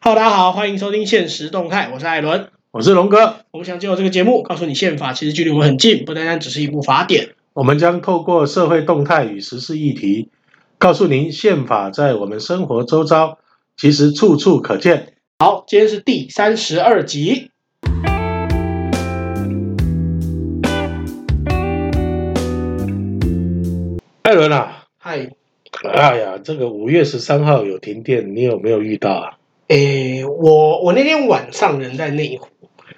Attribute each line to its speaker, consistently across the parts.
Speaker 1: Hello，大家好，欢迎收听《现实动态》，我是艾伦。
Speaker 2: 我是龙哥。
Speaker 1: 我们想借由这个节目，告诉你宪法其实距离我们很近，不单单只是一部法典。
Speaker 2: 我们将透过社会动态与时事议题，告诉您宪法在我们生活周遭其实处处可见。
Speaker 1: 好，今天是第三十二集。
Speaker 2: 艾伦啊，
Speaker 1: 嗨，
Speaker 2: 哎呀，这个五月十三号有停电，你有没有遇到啊？
Speaker 1: 诶，我我那天晚上人在内湖，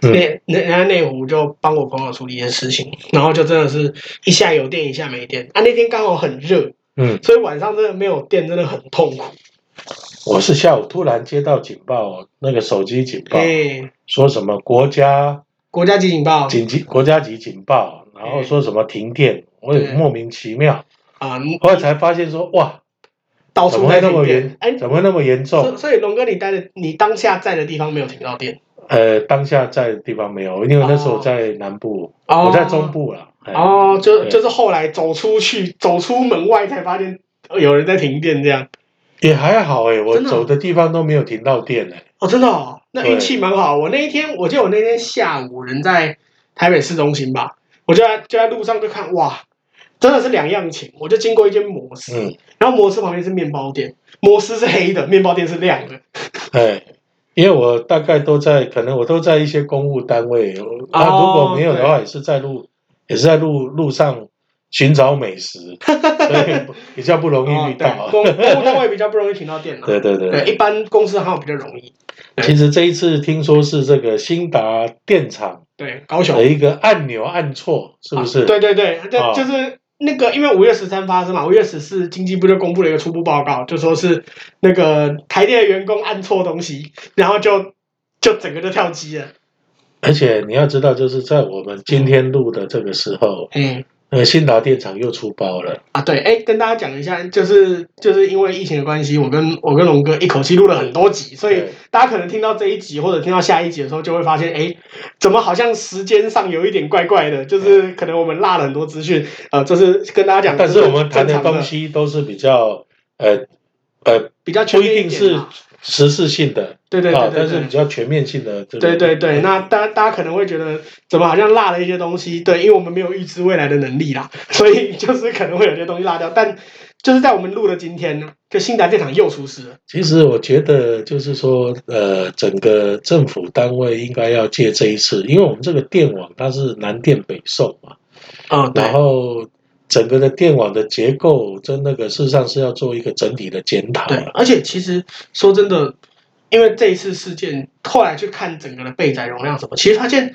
Speaker 2: 嗯
Speaker 1: 那那人家内湖就帮我朋友处理一些事情，然后就真的是一下有电一下没电。啊，那天刚好很热，
Speaker 2: 嗯，
Speaker 1: 所以晚上真的没有电，真的很痛苦。
Speaker 2: 我是下午突然接到警报，那个手机警报
Speaker 1: 诶，
Speaker 2: 说什么国家
Speaker 1: 国家级警报
Speaker 2: 紧急国家级警报，然后说什么停电，我也
Speaker 1: 对
Speaker 2: 莫名其妙，
Speaker 1: 啊，
Speaker 2: 后来才发现说哇，
Speaker 1: 到
Speaker 2: 怎
Speaker 1: 处
Speaker 2: 么
Speaker 1: 在
Speaker 2: 会那
Speaker 1: 停
Speaker 2: 么
Speaker 1: 电
Speaker 2: 严。
Speaker 1: 哎，，
Speaker 2: 怎么会那么严重
Speaker 1: 所？所以龙哥，你待的你当下在的地方没有停到电。
Speaker 2: 呃，当下在的地方没有，因为那时候在南部，
Speaker 1: 哦
Speaker 2: 我在中部啦。哎，
Speaker 1: 哦，就
Speaker 2: 对
Speaker 1: 就是后来走出去，走出门外才发现呃有人在停电这样。
Speaker 2: 也还好哎、我
Speaker 1: 真的啊
Speaker 2: 走的地方都没有停到电哎、
Speaker 1: 哦，真的哦，那
Speaker 2: 对
Speaker 1: 运气蛮好。我那一天，我记得我那天下午人在台北市中心吧，我就在就在路上就看，哇，真的是两样情。我就经过一间摩斯，
Speaker 2: 嗯，
Speaker 1: 然后摩斯旁边是面包店，摩斯是黑的，面包店是亮的。
Speaker 2: 哎，因为我大概都在，可能我都在一些公务单位，
Speaker 1: 哦
Speaker 2: 那、如果没有的话，也是在路，也是在路路上寻找美食， 所以比较不容易遇到。
Speaker 1: 哦对公公务单位比较不容易停到电了。
Speaker 2: 对对对
Speaker 1: 对，一般公司好像比较容易。
Speaker 2: 其实这一次听说是这个新达电厂
Speaker 1: 对，高雄
Speaker 2: 的一个按钮按错，是不是？
Speaker 1: 啊对对对，这、
Speaker 2: 哦
Speaker 1: 就是那个，因为五月十三发生嘛，五月十四经济部就公布了一个初步报告，就说是那个台电的员工按错东西，然后就就整个就跳机了。
Speaker 2: 而且你要知道，就是在我们今天录的这个时候，
Speaker 1: 嗯。
Speaker 2: 那个新达电厂又出包了。
Speaker 1: 啊，对，哎，跟大家讲一下，就是就是因为疫情的关系，我跟我跟龙哥一口气录了很多集，所以
Speaker 2: 对
Speaker 1: 大家可能听到这一集或者听到下一集的时候，就会发现，哎，怎么好像时间上有一点怪怪的，就是可能我们落了很多资讯，呃，这是跟大家讲，
Speaker 2: 但是
Speaker 1: 这
Speaker 2: 我们谈的
Speaker 1: 正常
Speaker 2: 东西都是比较呃呃，
Speaker 1: 比较全
Speaker 2: 不一
Speaker 1: 面
Speaker 2: 定
Speaker 1: 点啊
Speaker 2: 是
Speaker 1: 嘛
Speaker 2: 实事性的
Speaker 1: 对对对
Speaker 2: 啊
Speaker 1: 对，对
Speaker 2: 但是比较全面性的这个。
Speaker 1: 对对对，那大大家可能会觉得怎么好像落了一些东西，对，因为我们没有预知未来的能力啦，所以 就是可能会有些东西落掉。但就是在我们录的今天呢，就新达电厂又出事了。
Speaker 2: 其实我觉得就是说，呃，整个政府单位应该要借这一次，因为我们这个电网它是南电北送嘛，
Speaker 1: 嗯，
Speaker 2: 啊然后整个的电网的结构真那个事实上是要做一个整体的检讨
Speaker 1: 对
Speaker 2: 了。，
Speaker 1: 而且其实说真的，因为这一次事件，后来去看整个的备载容量什么，其实发现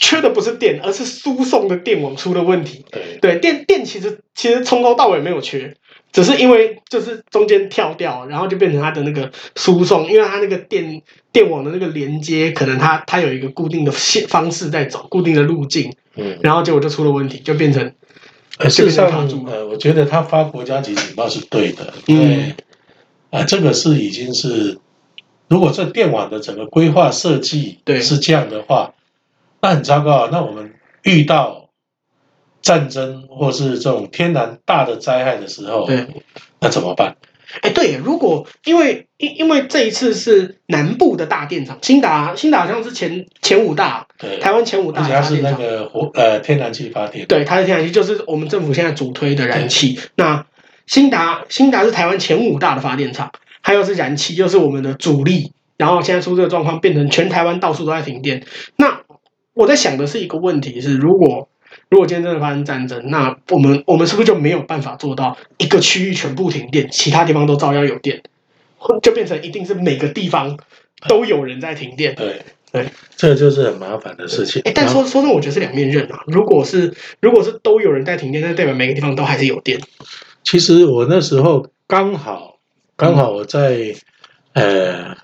Speaker 1: 缺的不是电，而是输送的电网出了问题。
Speaker 2: 对
Speaker 1: 对，电电其实其实从头到尾没有缺，只是因为就是中间跳掉，然后就变成它的那个输送，因为它那个电电网的那个连接，可能它它有一个固定的线方式在走，固定的路径，
Speaker 2: 嗯。
Speaker 1: 然后结果就出了问题，就变成
Speaker 2: 呃，
Speaker 1: 哎这
Speaker 2: 事
Speaker 1: 个
Speaker 2: 实
Speaker 1: 人卡
Speaker 2: 上
Speaker 1: 住，了
Speaker 2: 呃，我觉得他发国家级警报是对的，
Speaker 1: 嗯
Speaker 2: 因为啊、这个是已经是，如果这电网的整个规划设计
Speaker 1: 对
Speaker 2: 是这样的话，那很糟糕啊。那我们遇到战争或是这种天然大的灾害的时候，
Speaker 1: 对，
Speaker 2: 那怎么办？
Speaker 1: 哎对，如果因为因因为这一次是南部的大电厂，新达新达好像是前前五大，
Speaker 2: 对，
Speaker 1: 台湾前五大
Speaker 2: 而
Speaker 1: 的
Speaker 2: 且它
Speaker 1: 大
Speaker 2: 是
Speaker 1: 电
Speaker 2: 那
Speaker 1: 厂。
Speaker 2: 个火呃天然气发电，
Speaker 1: 对，它的天然气就是我们政府现在主推的燃气。那新达新达是台湾前五大的发电厂，它又是燃气，又是我们的主力。然后现在出这个状况，变成全台湾到处都在停电。那我在想的是一个问题是，如果如果今天真的发生战争，那我们我们是不是就没有办法做到一个区域全部停电，其他地方都照样有电，就变成一定是每个地方都有人在停电？
Speaker 2: 对
Speaker 1: 对，
Speaker 2: 这就是很麻烦的事情。
Speaker 1: 哎，但
Speaker 2: 然后
Speaker 1: 说说真的，我觉得是两面刃啊。如果是如果是都有人在停电，那代表每个地方都还是有电。
Speaker 2: 其实我那时候刚好刚
Speaker 1: 嗯
Speaker 2: 好我在、呃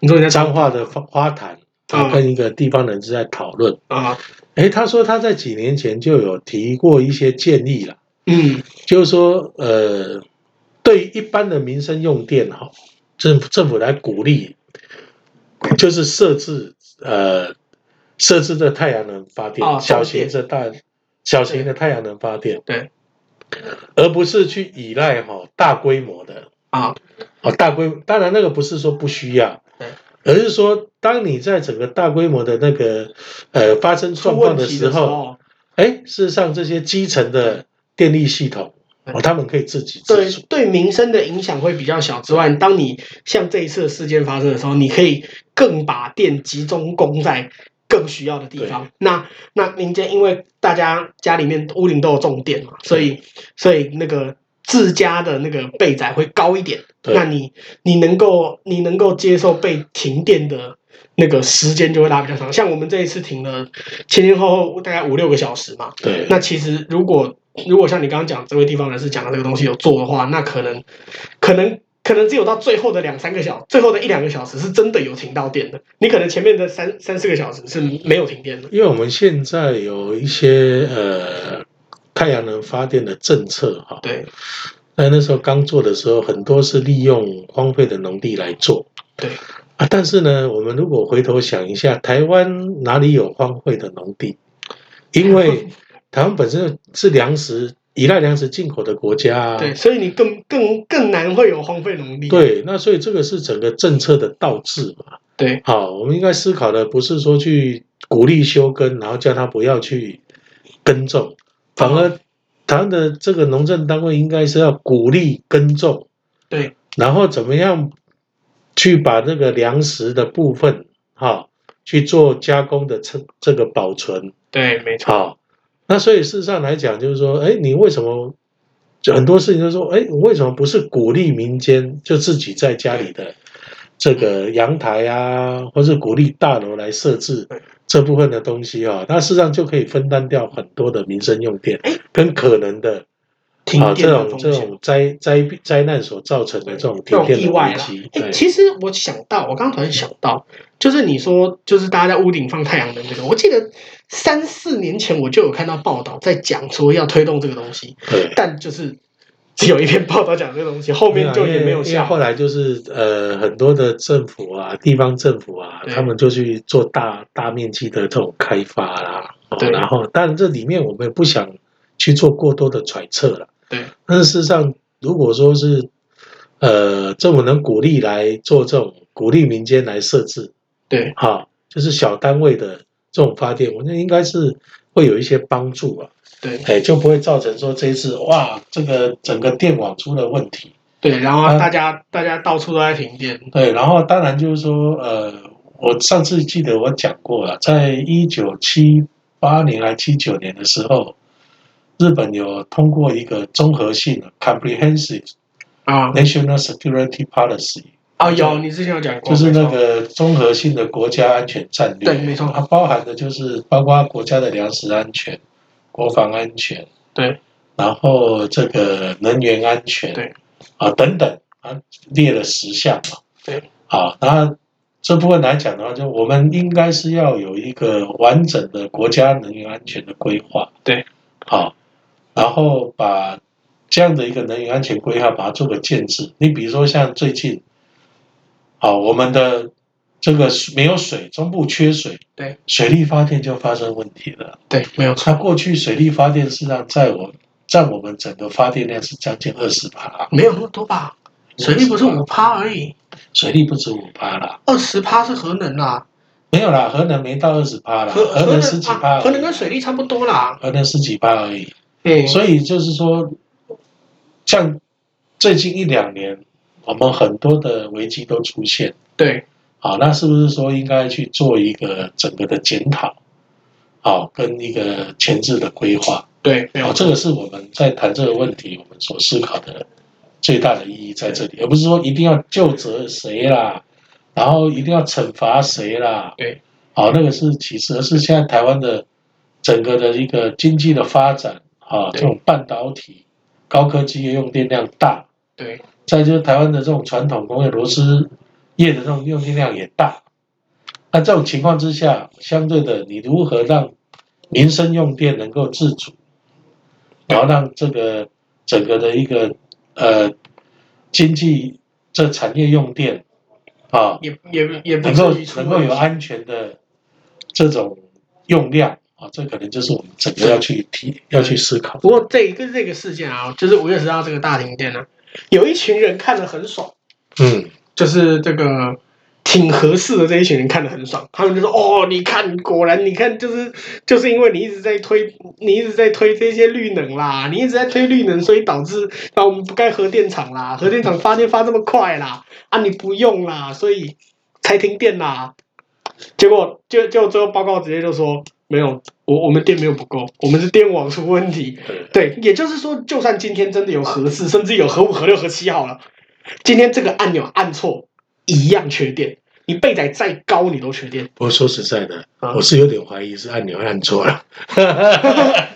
Speaker 1: 你说人家
Speaker 2: 彰化的花花坛，
Speaker 1: 嗯
Speaker 2: 我跟一个地方人士在讨论。
Speaker 1: 啊，
Speaker 2: 诶，他说他在几年前就有提过一些建议了，
Speaker 1: 嗯
Speaker 2: 就是说，呃，对一般的民生用电哈，政府政府来鼓励，就是设置呃设置的太阳能发电，
Speaker 1: 哦
Speaker 2: 小
Speaker 1: 风
Speaker 2: 型
Speaker 1: 电
Speaker 2: 的大小型的太阳能发电，
Speaker 1: 对，
Speaker 2: 而不是去依赖哈、大规模的
Speaker 1: 啊，
Speaker 2: 啊，大规当然那个不是说不需要
Speaker 1: 对，
Speaker 2: 而是说当你在整个大规模的那个呃发生状
Speaker 1: 出
Speaker 2: 况
Speaker 1: 问
Speaker 2: 的
Speaker 1: 题
Speaker 2: 时
Speaker 1: 的时
Speaker 2: 候，
Speaker 1: 候，
Speaker 2: 哎，事实上这些基层的电力系统，哦，他们可以自给
Speaker 1: 对
Speaker 2: 自足。
Speaker 1: 对民生的影响会比较小之外，当你像这一次的事件发生的时候，你可以更把电集中供在更需要的地方。那那民间因为大家家里面屋顶都有种电嘛，所以所以那个自家的那个备载会高一点。
Speaker 2: 对
Speaker 1: 那你你能够你能够接受被停电的那个时间就会拉比较长。像我们这一次停了前前后后大概五六个小时嘛，
Speaker 2: 对，
Speaker 1: 那其实如果如果像你刚刚讲这位地方人士讲的这个东西有做的话，那可能可能可能只有到最后的两三个小，最后的一两个小时是真的有停到电的。你可能前面的三三四个小时是没有停电的。
Speaker 2: 因为我们现在有一些呃太阳能发电的政策哈，
Speaker 1: 对
Speaker 2: 那那时候刚做的时候，很多是利用荒废的农地来做
Speaker 1: 对
Speaker 2: 啊。但是呢，我们如果回头想一下，台湾哪里有荒废的农地？因为台湾本身是粮食依赖粮食进口的国家、啊，
Speaker 1: 对，所以你更更更难会有荒废农地。
Speaker 2: 对，那所以这个是整个政策的倒置嘛。
Speaker 1: 对
Speaker 2: 好，我们应该思考的不是说去鼓励休耕，然后叫他不要去耕种，反而台湾的这个农政单位应该是要鼓励耕种，
Speaker 1: 对
Speaker 2: 然后怎么样去把这个粮食的部分，哈、去做加工的这这个保存，
Speaker 1: 对，没错。
Speaker 2: 好，那所以事实上来讲，就是说，哎，你为什么就很多事情就说，哎，我为什么不是鼓励民间就自己在家里的这个阳台啊，或是鼓励大楼来设置这部分的东西啊？那事实上就可以分担掉很多的民生用电
Speaker 1: 哎
Speaker 2: 跟可能的
Speaker 1: 停
Speaker 2: 啊
Speaker 1: 电
Speaker 2: 这
Speaker 1: 的
Speaker 2: 种
Speaker 1: 风
Speaker 2: 这
Speaker 1: 险。
Speaker 2: 种灾灾灾难所造成的这种
Speaker 1: 这
Speaker 2: 停
Speaker 1: 种
Speaker 2: 电
Speaker 1: 意
Speaker 2: 的
Speaker 1: 外
Speaker 2: 危
Speaker 1: 啦
Speaker 2: 机。。
Speaker 1: 哎、
Speaker 2: 对
Speaker 1: 其实我想到，我刚刚突然想到，就是你说，就是大家在屋顶放太阳能这个，我记得三四年前我就有看到报道在讲说要推动这个东西，
Speaker 2: 对。
Speaker 1: 但就是只有一篇报道讲这个东西，后面就也没有
Speaker 2: 啊因为
Speaker 1: 下
Speaker 2: 后来就是呃，很多的政府啊、地方政府啊，
Speaker 1: 对
Speaker 2: 他们就去做大大面积的这种开发啦。哦
Speaker 1: 对
Speaker 2: 然后，但这里面我们也不想去做过多的揣测了。
Speaker 1: 对。
Speaker 2: 但是事实上，如果说是呃，政府能鼓励来做这种鼓励民间来设置，
Speaker 1: 对
Speaker 2: 哈、就是小单位的这种发电，我觉得应该是会有一些帮助啊。
Speaker 1: 对
Speaker 2: 哎，就不会造成说这一次哇，这个整个电网出了问题。
Speaker 1: 对，然后
Speaker 2: 啊
Speaker 1: 大家、大家到处都在停电，
Speaker 2: 对，然后当然就是说，呃，我上次记得我讲过了，在一九七八年还七九年的时候，日本有通过一个综合性的 （comprehensive
Speaker 1: 啊
Speaker 2: national security policy），
Speaker 1: 啊有，你之前有讲过，
Speaker 2: 就是那
Speaker 1: 没错
Speaker 2: 个综合性的国家安全战略。
Speaker 1: 对没错
Speaker 2: 它包含的就是包括国家的粮食安全、国防安全，
Speaker 1: 对
Speaker 2: 然后这个能源安全，
Speaker 1: 对，
Speaker 2: 啊等等啊，列了十项嘛，
Speaker 1: 对，
Speaker 2: 好，那这部分来讲的话，就我们应该是要有一个完整的国家能源安全的规划，
Speaker 1: 对，
Speaker 2: 好，然后把这样的一个能源安全规划把它做个建制。你比如说像最近，啊，我们的这个没有水，中部缺水，
Speaker 1: 对，
Speaker 2: 水力发电就发生问题了。
Speaker 1: 对没有
Speaker 2: 它
Speaker 1: 错，
Speaker 2: 过去水力发电实际上在我占我们整个发电量是将近二十趴，
Speaker 1: 没有那么多吧，水力不是五趴而已，
Speaker 2: 水力不止五趴啦，
Speaker 1: 二十趴是核能啦，
Speaker 2: 没有啦，核能没到二十趴啦，
Speaker 1: 核
Speaker 2: 核能十几趴而
Speaker 1: 啊
Speaker 2: 已，
Speaker 1: 核能跟水力差不多啦，
Speaker 2: 核能十几趴而已，
Speaker 1: 嗯，
Speaker 2: 所以就是说，像最近一两年，我们很多的危机都出现，
Speaker 1: 对
Speaker 2: 好，那是不是说应该去做一个整个的检讨，好，跟一个前置的规划？
Speaker 1: 对没
Speaker 2: 哦
Speaker 1: 有，
Speaker 2: 这个是我们在谈这个问题，我们所思考的最大的意义在这里，而不是说一定要就责谁啦，然后一定要惩罚谁啦。
Speaker 1: 对，
Speaker 2: 好、那个是其次，而是现在台湾的整个的一个经济的发展啊，
Speaker 1: 对
Speaker 2: 这种半导体、高科技业用电量大，
Speaker 1: 对。
Speaker 2: 再就是台湾的这种传统工业螺丝业的这种用电量也大。那这种情况之下，相对的，你如何让民生用电能够自主，然后让这个整个的一个呃经济这产业用电啊，
Speaker 1: 也也也不
Speaker 2: 能够
Speaker 1: 至于出
Speaker 2: 能够
Speaker 1: 问
Speaker 2: 有
Speaker 1: 题。
Speaker 2: 安全的这种用量啊，这可能就是我们整个要去提要去思考。
Speaker 1: 不过这一个这个事件啊，就是五月十号这个大停电呢、啊，有一群人看得很爽，
Speaker 2: 嗯，
Speaker 1: 就是这个挺合适的这一群人看得很爽，他们就说：“哦，你看，果然你看，就是就是因为你一直在推，你一直在推这些绿能啦，你一直在推绿能，所以导致啊我们不该核电厂啦，核电厂发电发这么快啦，啊你不用啦，所以才停电啦。”结果就就最后报告直接就说：“没有，我我们电没有不够，我们是电网出问题。”
Speaker 2: 对，
Speaker 1: 对，也就是说，就算今天真的有核四，甚至有核五、核六、核七好了，今天这个按钮按错，一样缺电。你备载再高，你都缺电。
Speaker 2: 不过说实在的，
Speaker 1: 啊
Speaker 2: 我是有点怀疑是按钮按错了。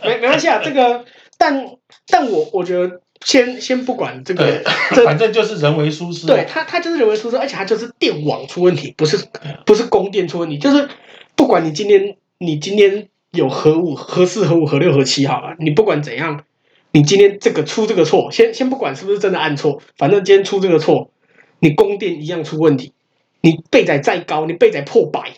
Speaker 1: 没没关系啊，这个，但但我我觉得先先不管这个
Speaker 2: 对，
Speaker 1: 这
Speaker 2: 反正就是人为疏失。
Speaker 1: 对，它它就是人为疏失，而且它就是电网出问题，不是
Speaker 2: 嗯
Speaker 1: 不是供电出问题，就是不管你今天你今天有核五、核四、核五、核六、核七好了，你不管怎样，你今天这个出这个错，先先不管是不是真的按错，反正今天出这个错，你供电一样出问题，你备载再高，你备载破百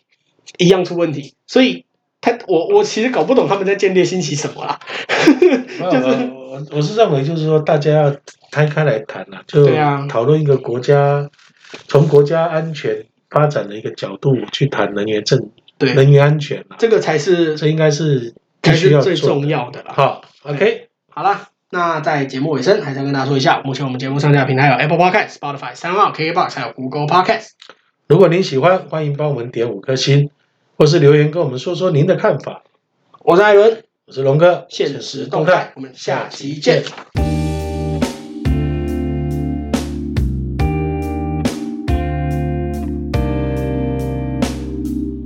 Speaker 1: 一样出问题，所以他我我其实搞不懂他们在建立新奇什么啦，
Speaker 2: 没有
Speaker 1: 就是
Speaker 2: 我我我是认为就是说大家要摊开来谈了、就
Speaker 1: 对啊
Speaker 2: 讨论一个国家从国家安全发展的一个角度去谈能源政
Speaker 1: 对，
Speaker 2: 能源安全啊，
Speaker 1: 这个才是
Speaker 2: 这应该是必
Speaker 1: 才
Speaker 2: 须要
Speaker 1: 是
Speaker 2: 做
Speaker 1: 最
Speaker 2: 的
Speaker 1: 重要的啦。
Speaker 2: 好，OK，
Speaker 1: 好啦，那在节目尾声，还是要跟大家说一下，目前我们节目上架平台有 Apple Podcast、Spotify、三号 KKBox，还有 Google Podcast。
Speaker 2: 如果您喜欢，欢迎帮我们点五颗星，或是留言跟我们说说您的看法。
Speaker 1: 我是艾伦，
Speaker 2: 我是龙哥，
Speaker 1: 现实动态，我们下期见。